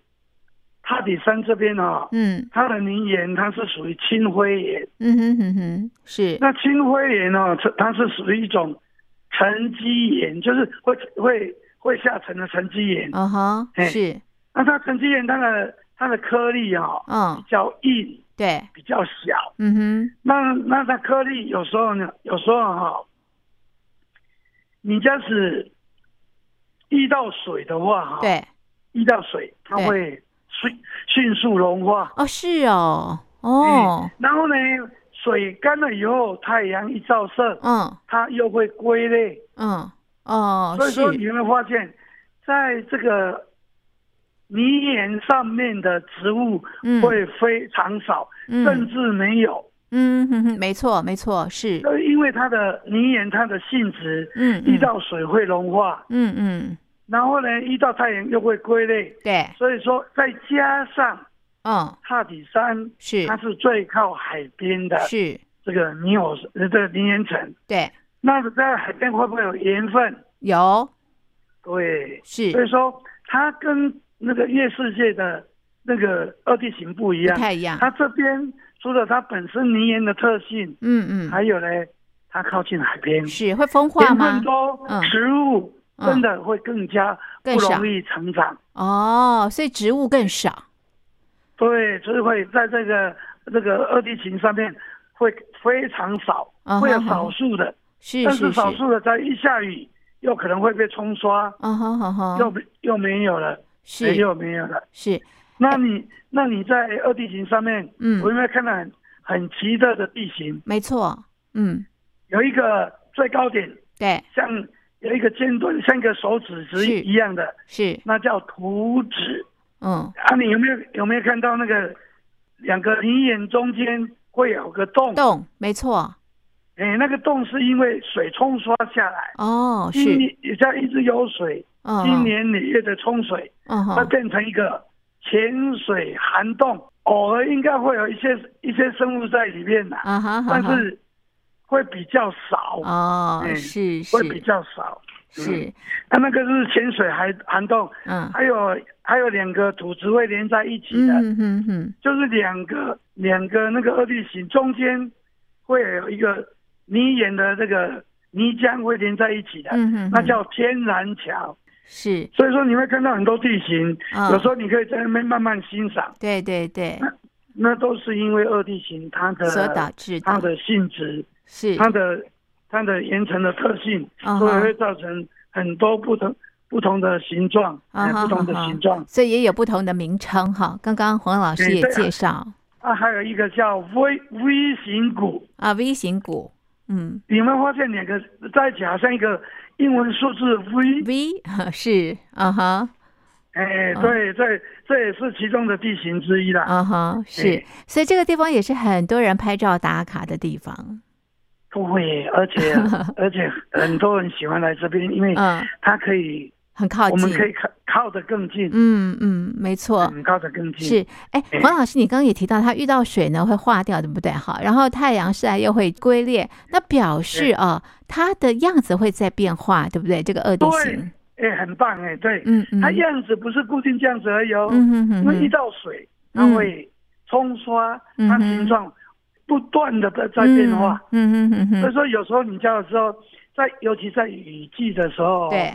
[SPEAKER 2] 塔底山这边哦，
[SPEAKER 1] 嗯
[SPEAKER 2] 它的泥岩它是属于青灰岩。
[SPEAKER 1] 嗯哼哼哼，是，
[SPEAKER 2] 那青灰岩呢、它它是属于一种沉积岩，就是会会会下沉的沉积岩。
[SPEAKER 1] 哦哈，
[SPEAKER 2] 哎
[SPEAKER 1] 是，
[SPEAKER 2] 那它沉积岩它的它的颗粒啊、哦、
[SPEAKER 1] 嗯，
[SPEAKER 2] 比较硬，
[SPEAKER 1] 对，
[SPEAKER 2] 比较小。
[SPEAKER 1] 嗯哼，
[SPEAKER 2] 那那它颗粒有时候呢，有时候哈、你要是遇到水的话哈、
[SPEAKER 1] 对，
[SPEAKER 2] 遇到水它
[SPEAKER 1] 对
[SPEAKER 2] 会迅迅速融化。
[SPEAKER 1] 哦，是哦，哦
[SPEAKER 2] 嗯，然后呢，水干了以后，太阳一照射，
[SPEAKER 1] 嗯
[SPEAKER 2] 它又会归类。
[SPEAKER 1] 嗯，哦，
[SPEAKER 2] 所以说，
[SPEAKER 1] 是，
[SPEAKER 2] 你会发现，在这个泥岩上面的植物
[SPEAKER 1] 嗯
[SPEAKER 2] 会非常少，甚
[SPEAKER 1] 嗯
[SPEAKER 2] 至没有，
[SPEAKER 1] 嗯哼哼，没错没错，是，
[SPEAKER 2] 呃因为它的泥岩它的性质，
[SPEAKER 1] 嗯
[SPEAKER 2] 遇
[SPEAKER 1] 嗯
[SPEAKER 2] 到水会融化，
[SPEAKER 1] 嗯嗯，
[SPEAKER 2] 然后呢，遇到太阳又会归类。
[SPEAKER 1] 对，
[SPEAKER 2] 所以说，再加上
[SPEAKER 1] 嗯，
[SPEAKER 2] 塔底山，
[SPEAKER 1] 是
[SPEAKER 2] 它是最靠海边的
[SPEAKER 1] 是，
[SPEAKER 2] 这个泥偶呃这个泥岩层，
[SPEAKER 1] 对，
[SPEAKER 2] 那在海边会不会有盐分？
[SPEAKER 1] 有
[SPEAKER 2] 对，
[SPEAKER 1] 是
[SPEAKER 2] 所以说它跟那个夜世界的那个二地形不一
[SPEAKER 1] 不
[SPEAKER 2] 样。
[SPEAKER 1] 太一样，
[SPEAKER 2] 它这边除了它本身泥岩的特性，
[SPEAKER 1] 嗯嗯，
[SPEAKER 2] 还有呢，它靠近海边，
[SPEAKER 1] 是会风化
[SPEAKER 2] 盐
[SPEAKER 1] 吗
[SPEAKER 2] 分？多
[SPEAKER 1] 嗯，
[SPEAKER 2] 植物
[SPEAKER 1] 嗯
[SPEAKER 2] 真的会更加不
[SPEAKER 1] 更少
[SPEAKER 2] 容易成长。
[SPEAKER 1] 哦，所以植物更少，
[SPEAKER 2] 对，所以会在这个这个二地形上面会非常少
[SPEAKER 1] 嗯，哼
[SPEAKER 2] 会有
[SPEAKER 1] 嗯哼
[SPEAKER 2] 少数的，
[SPEAKER 1] 是
[SPEAKER 2] 但
[SPEAKER 1] 是
[SPEAKER 2] 是
[SPEAKER 1] 是，
[SPEAKER 2] 少数的在一下雨又可能会被冲刷，
[SPEAKER 1] 哦好好好，
[SPEAKER 2] 又没又没有了，
[SPEAKER 1] 是
[SPEAKER 2] 又没有了。
[SPEAKER 1] 是，
[SPEAKER 2] 那你那你在二地形上面，
[SPEAKER 1] 嗯
[SPEAKER 2] 我有没有看到很很奇特的地形？
[SPEAKER 1] 没错，嗯，
[SPEAKER 2] 有一个最高点，
[SPEAKER 1] 对，
[SPEAKER 2] 像有一个尖端，像一个手指
[SPEAKER 1] 是
[SPEAKER 2] 指一样的，
[SPEAKER 1] 是，
[SPEAKER 2] 那叫图指
[SPEAKER 1] 嗯，
[SPEAKER 2] 啊。你有没有有没有看到那个两个泥岩中间会有个洞？
[SPEAKER 1] 动，没错，
[SPEAKER 2] 哎，那个洞是因为水冲刷下来，
[SPEAKER 1] 哦，
[SPEAKER 2] 今
[SPEAKER 1] 是，
[SPEAKER 2] 年这样一直有水，
[SPEAKER 1] 嗯，
[SPEAKER 2] 今年累月的冲水，
[SPEAKER 1] 嗯
[SPEAKER 2] 它
[SPEAKER 1] 哼，
[SPEAKER 2] 变成一个浅水涵洞。偶尔应该会有一些一些生物在里面的、
[SPEAKER 1] 啊哈哈
[SPEAKER 2] 但
[SPEAKER 1] 哈，
[SPEAKER 2] 是会比较少，
[SPEAKER 1] 哦，
[SPEAKER 2] 嗯
[SPEAKER 1] 是
[SPEAKER 2] 会比
[SPEAKER 1] 是
[SPEAKER 2] 较少。
[SPEAKER 1] 是，
[SPEAKER 2] 它那个是潜水涵涵洞，
[SPEAKER 1] 嗯
[SPEAKER 2] 还有还有两个土质会连在一起的，
[SPEAKER 1] 嗯哼哼，
[SPEAKER 2] 就是两个两个那个二地形中间会有一个泥岩的那个泥浆会连在一起的，
[SPEAKER 1] 嗯哼，
[SPEAKER 2] 那
[SPEAKER 1] 哼
[SPEAKER 2] 叫天然桥。
[SPEAKER 1] 是，
[SPEAKER 2] 所以说你会看到很多地形，
[SPEAKER 1] 嗯
[SPEAKER 2] 有时候你可以在那边慢慢欣赏，
[SPEAKER 1] 对对对，
[SPEAKER 2] 那都是因为二地形它的
[SPEAKER 1] 所导致
[SPEAKER 2] 它
[SPEAKER 1] 的，
[SPEAKER 2] 的性质
[SPEAKER 1] 是，
[SPEAKER 2] 它的它的岩层的特性，
[SPEAKER 1] 嗯哼
[SPEAKER 2] 所以会造成很多不同不同的形状，
[SPEAKER 1] 嗯
[SPEAKER 2] 呃
[SPEAKER 1] 哼
[SPEAKER 2] 不同的
[SPEAKER 1] 嗯哼
[SPEAKER 2] 形状。
[SPEAKER 1] 所以也有不同的名称哈。刚刚黄老师
[SPEAKER 2] 对
[SPEAKER 1] 也
[SPEAKER 2] 对啊
[SPEAKER 1] 介绍
[SPEAKER 2] 啊，还有一个叫 V V 型骨，
[SPEAKER 1] 啊，V 型骨，嗯，
[SPEAKER 2] 你们发现两个在一起好像一个英文数字 V，
[SPEAKER 1] V 是啊哈
[SPEAKER 2] 哎，
[SPEAKER 1] 哦
[SPEAKER 2] 对，这这也是其中的地形之一啦。
[SPEAKER 1] 啊哈是
[SPEAKER 2] 哎，
[SPEAKER 1] 所以这个地方也是很多人拍照打卡的地方。
[SPEAKER 2] 对，而且而且很多人喜欢来这边，因为
[SPEAKER 1] 嗯，
[SPEAKER 2] 它可以，
[SPEAKER 1] 很靠
[SPEAKER 2] 我们
[SPEAKER 1] 近。
[SPEAKER 2] 可以靠靠得更近，
[SPEAKER 1] 嗯嗯，没错。
[SPEAKER 2] 嗯，靠得更近。
[SPEAKER 1] 是，哎，
[SPEAKER 2] 哎
[SPEAKER 1] 黄老师，你刚刚也提到，它遇到水呢会化掉，对不对？好，然后太阳晒又会龟裂，那表示啊、它的样子会在变化，对不对？这个二地
[SPEAKER 2] 对
[SPEAKER 1] 形，
[SPEAKER 2] 哎，很棒哎，对，
[SPEAKER 1] 嗯嗯，
[SPEAKER 2] 它样子不是固定这样子而已哦，
[SPEAKER 1] 嗯哼哼
[SPEAKER 2] 因为遇
[SPEAKER 1] 哼，
[SPEAKER 2] 到水，它会冲刷，
[SPEAKER 1] 嗯
[SPEAKER 2] 它
[SPEAKER 1] 哼
[SPEAKER 2] 形状不断的在变化，
[SPEAKER 1] 嗯哼哼
[SPEAKER 2] 所以
[SPEAKER 1] 哼，
[SPEAKER 2] 说有时候你浇的时候，在尤其在雨季的时候，，
[SPEAKER 1] 对，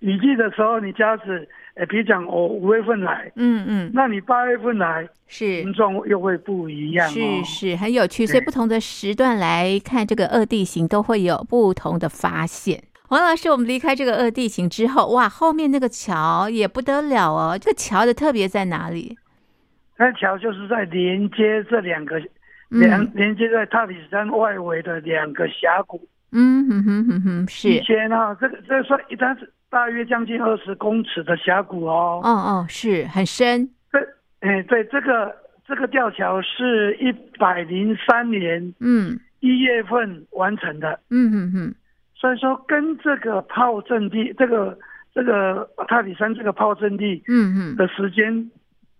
[SPEAKER 2] 雨季的时候你浇子，呃，比如讲我五月份来，
[SPEAKER 1] 嗯嗯，
[SPEAKER 2] 那你八月份来，
[SPEAKER 1] 是
[SPEAKER 2] 形状又会不一样哦
[SPEAKER 1] 是。是很有趣，所以
[SPEAKER 2] 对
[SPEAKER 1] 不同的时段来看这个二地形，都会有不同的发现。黄老师，我们离开这个二地形之后，哇，后面那个桥也不得了哦！这个桥的特别在哪里？
[SPEAKER 2] 那桥就是在连接这两个
[SPEAKER 1] 嗯
[SPEAKER 2] 连、连接在大理山外围的两个峡谷
[SPEAKER 1] 嗯哼哼哼哼，
[SPEAKER 2] 以
[SPEAKER 1] 是，
[SPEAKER 2] 前啊，这个这算它是大约将近二十公尺的峡谷哦。
[SPEAKER 1] 哦哦，是很深，
[SPEAKER 2] 这哎对，这个这个吊桥是一百零三年
[SPEAKER 1] 嗯
[SPEAKER 2] 一月份完成的，
[SPEAKER 1] 嗯哼哼，
[SPEAKER 2] 所以说跟这个炮阵地这个这个大理山这个炮阵地
[SPEAKER 1] 嗯哼，
[SPEAKER 2] 的时间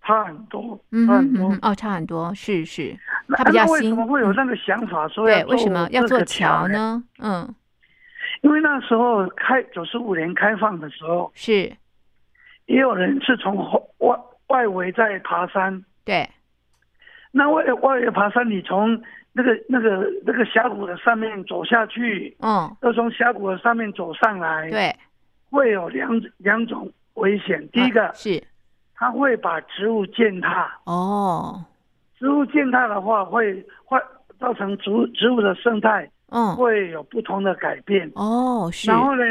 [SPEAKER 2] 差很多，
[SPEAKER 1] 嗯
[SPEAKER 2] 差
[SPEAKER 1] 哼嗯
[SPEAKER 2] 很多
[SPEAKER 1] 哼。，哦，差很多，是是，
[SPEAKER 2] 那
[SPEAKER 1] 它比较
[SPEAKER 2] 那为
[SPEAKER 1] 新嗯
[SPEAKER 2] 什么会有那个想法说
[SPEAKER 1] 对，
[SPEAKER 2] 要
[SPEAKER 1] 为什么要
[SPEAKER 2] 这
[SPEAKER 1] 做
[SPEAKER 2] 个
[SPEAKER 1] 桥
[SPEAKER 2] 呢？
[SPEAKER 1] 呢？嗯，
[SPEAKER 2] 因为那时候开九十五年开放的时候，
[SPEAKER 1] 是
[SPEAKER 2] 也有人是从后外外围在爬山。
[SPEAKER 1] 对，
[SPEAKER 2] 那外外围爬山，你从那个那个那个峡谷的上面走下去，
[SPEAKER 1] 嗯
[SPEAKER 2] 又从峡谷的上面走上来，
[SPEAKER 1] 对，
[SPEAKER 2] 会有两两种危险。第一
[SPEAKER 1] 啊
[SPEAKER 2] 个，
[SPEAKER 1] 是
[SPEAKER 2] 它会把植物践踏，
[SPEAKER 1] 哦，
[SPEAKER 2] 植物践踏的话会会造成植物植物的生态
[SPEAKER 1] 嗯
[SPEAKER 2] 会有不同的改变。
[SPEAKER 1] 哦是，
[SPEAKER 2] 然后呢，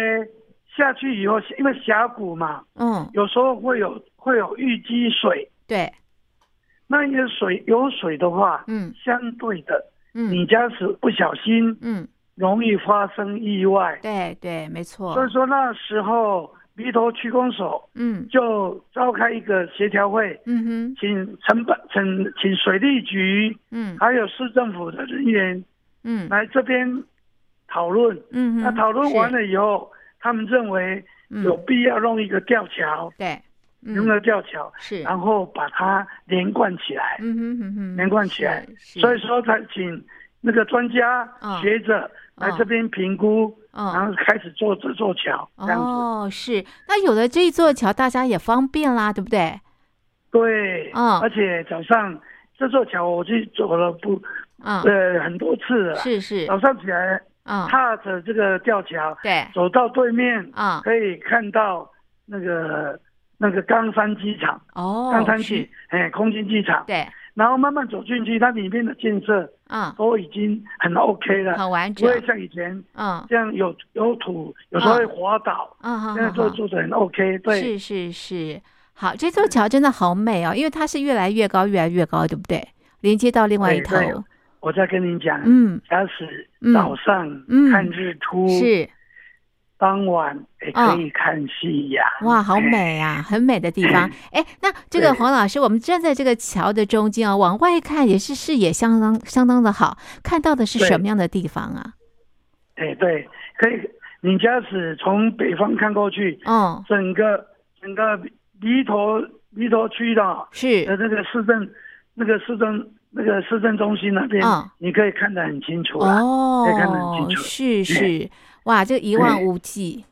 [SPEAKER 2] 下去以后，因为峡谷嘛，
[SPEAKER 1] 嗯
[SPEAKER 2] 有时候会有会有淤积水，
[SPEAKER 1] 对，
[SPEAKER 2] 那你的水有水的话，
[SPEAKER 1] 嗯
[SPEAKER 2] 相对的，
[SPEAKER 1] 嗯
[SPEAKER 2] 你家是不小心
[SPEAKER 1] 嗯，
[SPEAKER 2] 容易发生意外。
[SPEAKER 1] 对对，没错，
[SPEAKER 2] 所以说那时候鼻头区公所
[SPEAKER 1] 嗯
[SPEAKER 2] 就召开一个协调会，
[SPEAKER 1] 嗯哼
[SPEAKER 2] 请城管、请请水利局
[SPEAKER 1] 嗯
[SPEAKER 2] 还有市政府的人员
[SPEAKER 1] 嗯
[SPEAKER 2] 来这边讨论。
[SPEAKER 1] 嗯哼，
[SPEAKER 2] 那讨论完
[SPEAKER 1] 是
[SPEAKER 2] 了以后，他们认为
[SPEAKER 1] 嗯
[SPEAKER 2] 有必要弄一个吊桥，
[SPEAKER 1] 对，嗯
[SPEAKER 2] 弄个吊桥，
[SPEAKER 1] 是，
[SPEAKER 2] 然后把它连贯起来。
[SPEAKER 1] 嗯哼哼哼，
[SPEAKER 2] 连贯起来
[SPEAKER 1] 是，
[SPEAKER 2] 所以
[SPEAKER 1] 是
[SPEAKER 2] 说才请那个专家
[SPEAKER 1] 嗯、
[SPEAKER 2] 学者来这边评估，
[SPEAKER 1] 嗯
[SPEAKER 2] 然后开始做这座桥，这样子。
[SPEAKER 1] 哦，是，那有了这一座桥，大家也方便啦，对不对？
[SPEAKER 2] 对，
[SPEAKER 1] 嗯
[SPEAKER 2] 而且早上这座桥我去走了不
[SPEAKER 1] 嗯，
[SPEAKER 2] 呃很多次了，
[SPEAKER 1] 是是，
[SPEAKER 2] 早上起来
[SPEAKER 1] 嗯，
[SPEAKER 2] 踏着这个吊桥
[SPEAKER 1] 对，
[SPEAKER 2] 走到对面，
[SPEAKER 1] 嗯，
[SPEAKER 2] 可以看到那个那个冈山机场，冈
[SPEAKER 1] 哦，
[SPEAKER 2] 山
[SPEAKER 1] 是
[SPEAKER 2] 机，哎空军机场，
[SPEAKER 1] 对，
[SPEAKER 2] 然后慢慢走进去，它里面的建设
[SPEAKER 1] 嗯，
[SPEAKER 2] 都已经很 OK 了，
[SPEAKER 1] 很完
[SPEAKER 2] 不
[SPEAKER 1] 整，
[SPEAKER 2] 会像以前。
[SPEAKER 1] 嗯，
[SPEAKER 2] 这样有有土，有时候会滑倒，
[SPEAKER 1] 嗯，好
[SPEAKER 2] 现在
[SPEAKER 1] 好
[SPEAKER 2] 做
[SPEAKER 1] 好，
[SPEAKER 2] 做的很 OK，对，嗯
[SPEAKER 1] 是是是，好，这座桥真的好美哦，因为它是越来越高，越来越高，对不对？连接到另外一
[SPEAKER 2] 对
[SPEAKER 1] 头，
[SPEAKER 2] 对我再跟你讲，
[SPEAKER 1] 嗯，
[SPEAKER 2] 假使
[SPEAKER 1] 嗯
[SPEAKER 2] 早上
[SPEAKER 1] 嗯
[SPEAKER 2] 看日出，
[SPEAKER 1] 是，啊
[SPEAKER 2] 傍晚也可以看夕阳，
[SPEAKER 1] 哇，好美啊，很美的地 方。哎，那这个
[SPEAKER 2] 嗯对
[SPEAKER 1] 黄老师，我们站在这个桥的中间啊，往外看也是视野相当相当的好，看到的是
[SPEAKER 2] 对
[SPEAKER 1] 什么样的地方啊？
[SPEAKER 2] 哎，哎对，可以，你假使从北方看过去，
[SPEAKER 1] 哦，
[SPEAKER 2] 整个整个离头离头区的呃
[SPEAKER 1] 是，
[SPEAKER 2] 那个市政那个市政那个市政中心那边
[SPEAKER 1] 嗯，
[SPEAKER 2] 你可以看得很清楚啊，可以看得很
[SPEAKER 1] 哦，
[SPEAKER 2] 清楚
[SPEAKER 1] 是是，哇，这一望无际，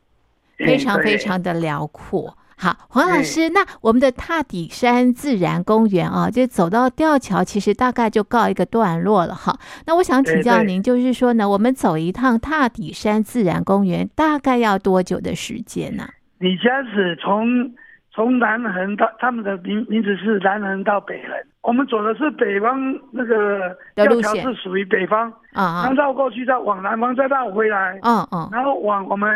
[SPEAKER 1] 非
[SPEAKER 2] 哎
[SPEAKER 1] 常非
[SPEAKER 2] 对
[SPEAKER 1] 常的辽阔。好，黄老
[SPEAKER 2] 对
[SPEAKER 1] 师，那我们的踏底山自然公园啊，就走到吊桥，其实大概就告一个段落了哈。那我想请
[SPEAKER 2] 对
[SPEAKER 1] 教
[SPEAKER 2] 对
[SPEAKER 1] 您，就是说呢，我们走一趟踏底山自然公园，大概要多久的时间呢？
[SPEAKER 2] 你假使从从南横到他们的名名字是南横到北横，我们走的是北方那个
[SPEAKER 1] 的
[SPEAKER 2] 吊
[SPEAKER 1] 路
[SPEAKER 2] 桥
[SPEAKER 1] 线
[SPEAKER 2] 是属于北方，
[SPEAKER 1] 啊
[SPEAKER 2] 然后
[SPEAKER 1] 啊，
[SPEAKER 2] 绕过去再往南方再绕回来，
[SPEAKER 1] 嗯嗯，
[SPEAKER 2] 然后往我们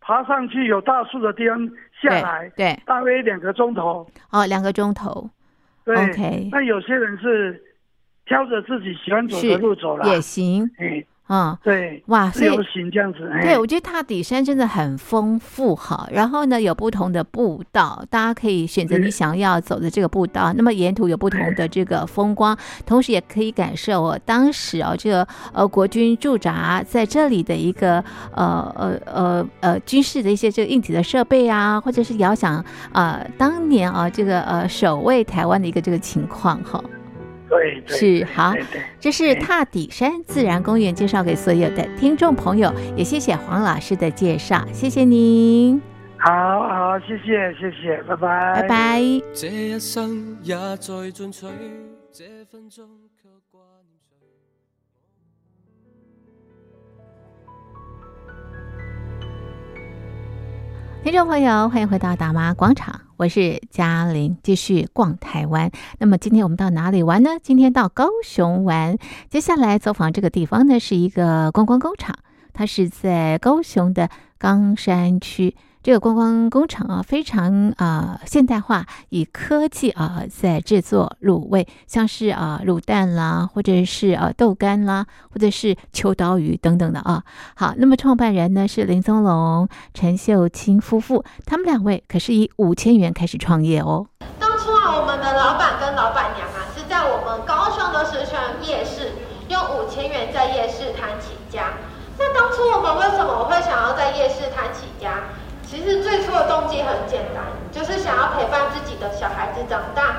[SPEAKER 2] 爬上去有大树的地方下来
[SPEAKER 1] 对，对，
[SPEAKER 2] 大约两个钟头。
[SPEAKER 1] 哦，两个钟头
[SPEAKER 2] 对
[SPEAKER 1] OK
[SPEAKER 2] 那有些人是挑着自己喜欢走
[SPEAKER 1] 是
[SPEAKER 2] 的路走了，
[SPEAKER 1] 也行
[SPEAKER 2] 哎，
[SPEAKER 1] 啊、
[SPEAKER 2] 对，
[SPEAKER 1] 哇，所以
[SPEAKER 2] 流行这样子，哎
[SPEAKER 1] 对，我觉得踏底山真的很丰富哈，然后呢有不同的步道，大家可以选择你
[SPEAKER 2] 嗯
[SPEAKER 1] 想要走的这个步道。那么沿途有不同的这个风光，同时也可以感受哦，当时哦这个呃国军驻扎在这里的一个呃呃呃呃军事的一些这个硬体的设备啊，或者是遥想呃当年啊这个呃守卫台湾的一个这个情况哈。
[SPEAKER 2] 对对
[SPEAKER 1] 是好
[SPEAKER 2] 对对
[SPEAKER 1] 这是踏底山自然公园介绍给所有的听众朋友，也谢谢黄老师的介绍，谢谢您，
[SPEAKER 2] 好好，谢谢谢谢，拜拜
[SPEAKER 1] 拜拜。
[SPEAKER 3] 这一生也在进取，这分钟却挂念谁？
[SPEAKER 1] 听众朋友，欢迎回到大妈广场，我是嘉玲，继续逛台湾。那么今天我们到哪里玩呢？今天到高雄玩，接下来走访这个地方呢是一个观光工厂，它是在高雄的冈山区。这个观光工厂啊，非常啊、呃现代化，以科技啊、在制作卤味，像是啊、卤蛋啦，或者是啊、豆干啦，或者是秋刀鱼等等的啊。好，那么创办人呢是林宗龙，陈秀清夫妇，他们两位可是以五千元开始创业哦。
[SPEAKER 4] 当初啊，我们的老板跟老板娘啊，是在我们高雄的石泉夜市，用五千元在夜市摊起家。那当初我们为什么会想要在夜市摊起家？其实最初的动机很简单，就是想要陪伴自己的小孩子长大，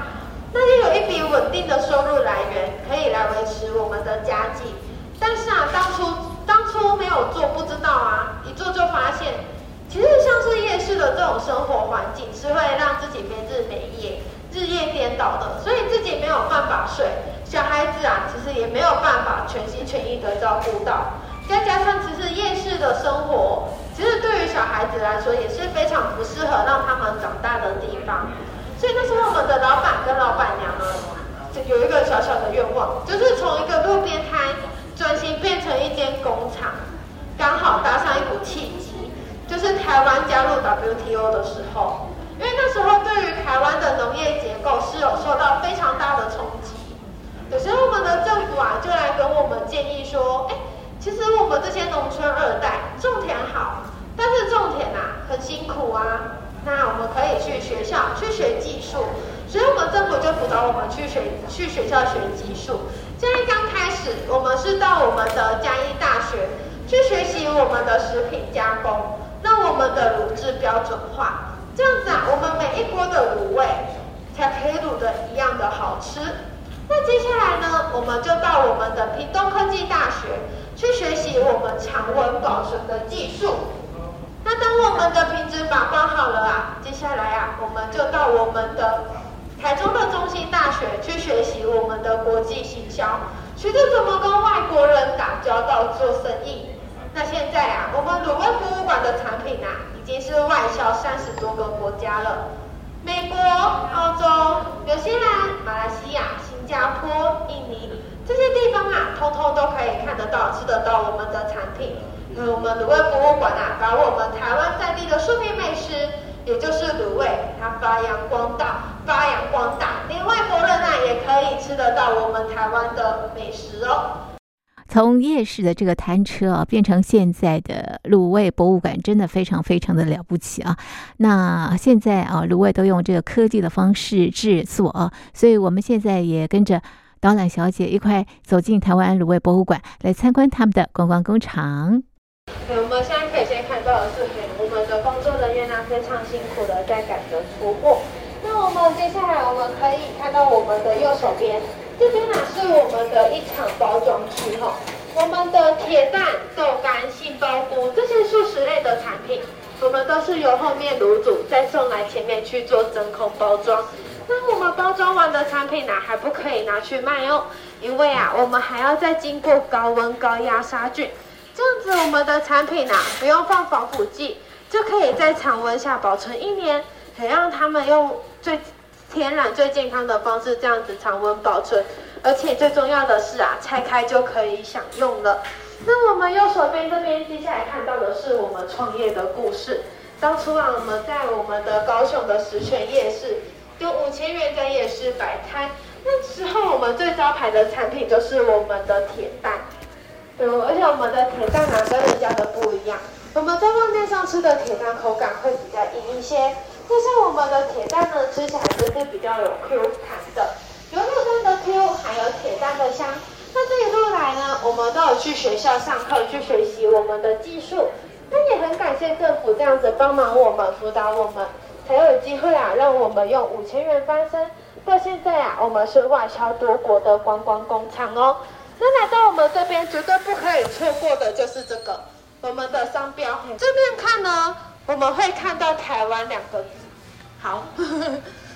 [SPEAKER 4] 那就有一笔稳定的收入来源，可以来维持我们的家计。但是啊，当初当初没有做不知道啊，一做就发现，其实像是夜市的这种生活环境是会让自己没日没夜、日夜颠倒的，所以自己没有办法睡，小孩子啊，其实也没有办法全心全意的照顾到。再加上，其实夜市的生活，其实对于小孩子来说也是非常不适合让他们长大的地方。所以那时候我们的老板跟老板娘呢，啊就有一个小小的愿望，就是从一个路边摊转型变成一间工厂，刚好搭上一股契机，就是台湾加入 WTO 的时候，因为那时候对于台湾的农业结构是有受到非常大的冲击。有时候我们的政府啊，就来跟我们建议说，哎，其实我们这些农村二代种田好，但是种田啊很辛苦啊，那我们可以去学校去学技术，所以我们政府就辅导我们去学去学校学技术。现在刚开始，我们是到我们的嘉义大学去学习我们的食品加工，让我们的卤制标准化。这样子啊，我们每一锅的卤味才可以卤的一样的好吃。那接下来呢，我们就到我们的屏东科技大学去学习我们常温保存的技术。那当我们的品质把关好了啊，接下来啊，我们就到我们的台中的中心大学去学习我们的国际行销，学着怎么跟外国人打交道做生意。那现在啊，我们鲁味博物馆的产品啊，已经是外销三十多个国家了，美国、澳洲、纽西兰、马来西亚、新加坡、印尼这些地方啊，通通都可以看得到、吃得到我们的产品。因为我们鲁味博物馆啊，把我们台湾在地的庶民美食，也就是卤味，它发扬光大，发扬光大，连外国人啊也可以吃得到我们台湾的美食哦。
[SPEAKER 1] 从夜市的这个摊车啊，变成现在的卤味博物馆，真的非常非常的了不起啊！那现在啊，卤味都用这个科技的方式制作啊，所以我们现在也跟着导览小姐一块走进台湾卤味博物馆，来参观他们的观光工厂。
[SPEAKER 4] 对嗯我们现在可以先看到的是，哎我们的工作人员呢、非常辛苦的在赶着出货。那我们接下来我们可以看到我们的右手边，这边呢、是我们的一场包装区哈、我们的铁蛋、豆干、杏鲍菇这些素食类的产品，我们都是由后面卤煮再送来前面去做真空包装。那我们包装完的产品呢、还不可以拿去卖哦，因为啊，我们还要再经过高温高压杀菌。这样子，我们的产品啊，不用放防腐剂，就可以在常温下保存一年，也让他们用最天然、最健康的方式这样子常温保存。而且最重要的是啊，拆开就可以享用了。那我们右手边这边，接下来看到的是我们创业的故事。当初啊，我们在我们的高雄的石泉夜市，有五千元在夜市摆摊。那时候我们最招牌的产品就是我们的铁蛋。嗯，而且我们的铁蛋啊跟人家的不一样，我们在外面上吃的铁蛋口感会比较硬一些，但是我们的铁蛋呢吃起来就是比较有 Q 弹的，有肉蛋的 Q，还有铁蛋的香。那这一路来呢，我们都有去学校上课去学习我们的技术，那也很感谢政府这样子帮忙我们辅导我们，才有机会啊让我们用五千元翻身。到现在啊，我们是外销多国的观光工厂哦。那来到我们这边，绝对不可以错过的就是这个我们的商标。这边看呢，我们会看到台湾两个字。好，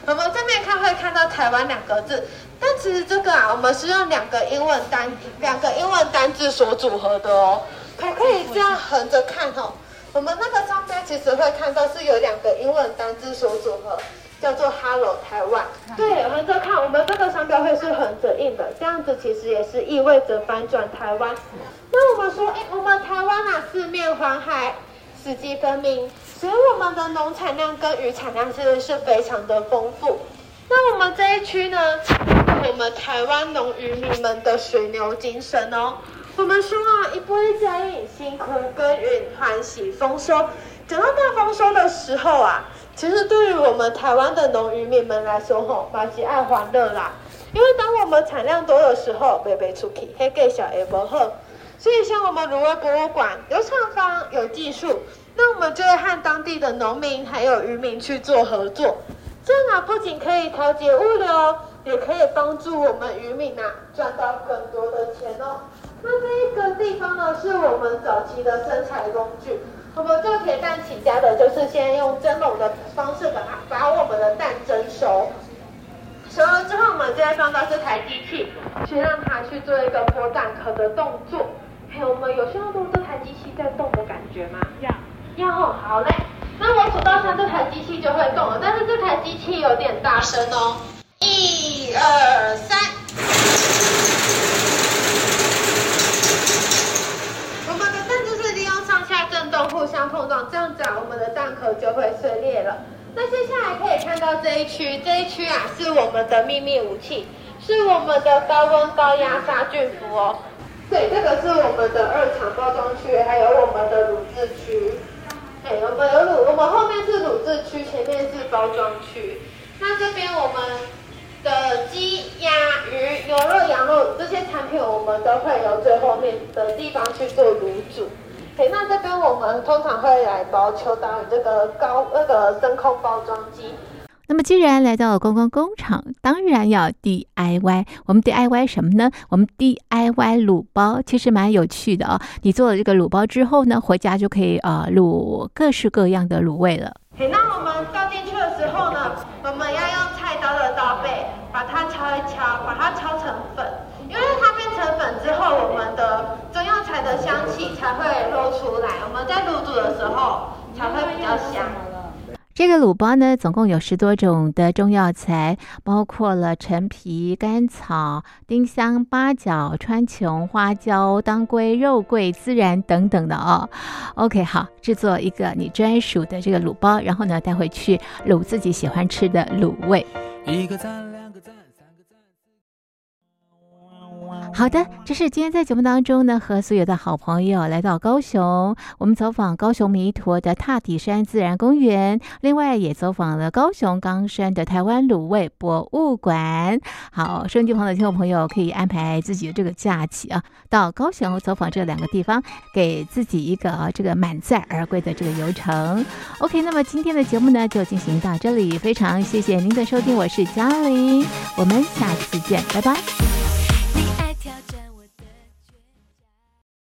[SPEAKER 4] 我们这边看会看到台湾两个字，但其实这个啊，我们是用两个英文单两个英文单字所组合的哦。可可以这样横着看哦。我们那个商标其实会看到是有两个英文单字所组合，叫做 “Hello 台湾”。对，横着看，我们这个商标会是横着印的，这样子其实也是意味着翻转台湾。那我们说，哎、我们台湾啊，四面环海，四季分明，所以我们的农产量跟渔产量真的是非常的丰富。那我们这一区呢，我们台湾农渔民们的水牛精神哦。我们说啊，一波一家一辛苦耕耘，欢喜丰收。等到大丰收的时候啊，其实对于我们台湾的农渔民们来说，吼，马吉爱欢乐啦。因为当我们产量多的时候，卖不出去，还给小也不好。所以像我们芦苇博物馆有厂房有技术，那我们就会和当地的农民还有渔民去做合作。这样啊，不仅可以调节物流，也可以帮助我们渔民啊赚到更多的钱哦。那这一个地方呢，是我们早期的生产工具。我们做铁蛋起家的，就是先用蒸笼的方式把它把我们的蛋蒸熟，熟了之后，我们就会放到这台机器，去让它去做一个破蛋壳的动作。还有，我们有需要用这台机器在动的感觉吗？要，要哦，好嘞。那我数到三，这台机器就会动了，但是这台机器有点大声哦。一二三。我们的蛋就是利用上下震动互相碰撞，这样子啊，我们的蛋壳就会碎裂了。那接下来可以看到这一区，这一区啊是我们的秘密武器，是我们的高温高压杀菌服哦。对，这个是我们的二厂包装区，还有我们的乳制区。哎，我们有乳，我们后面是乳制区，前面是包装区。那这边我们的鸡、鸭、鱼、牛肉、羊肉这些产品，我们都会由最后面的地方去做卤煮。哎，那这边我们通常会来包秋刀鱼这个高那个真空包装机。
[SPEAKER 1] 那么，既然来到了观光工厂，当然要 DIY。我们 DIY 什么呢？我们 DIY 卤包，其实蛮有趣的哦。你做了这个卤包之后呢，回家就可以呃卤各式各样的卤味了。
[SPEAKER 4] 嘿，那我们倒进去的时候呢，我们要用菜刀的刀背把它敲一敲，把它敲成粉，因为它变成粉之后，我们的中药材的香气才会露出来，我们在卤煮的时候才会比较香。
[SPEAKER 1] 这个卤包呢，总共有十多种的中药材，包括了陈皮、甘草、丁香、八角、川穹、花椒、当归、肉桂、孜然等等的哦。OK，好，制作一个你专属的这个卤包，然后呢带回去卤自己喜欢吃的卤味。
[SPEAKER 3] 一个赞，两个赞，三个赞。
[SPEAKER 1] 好的，这是今天在节目当中呢，和所有的好朋友来到高雄，我们走访高雄弥陀的踏底山自然公园，另外也走访了高雄冈山的台湾卤味博物馆。好，收音机旁的听众朋友可以安排自己的这个假期啊，到高雄走访这两个地方，给自己一个啊这个满载而归的这个游程。OK，那么今天的节目呢就进行到这里，非常谢谢您的收听，我是嘉玲，我们下次见，拜拜。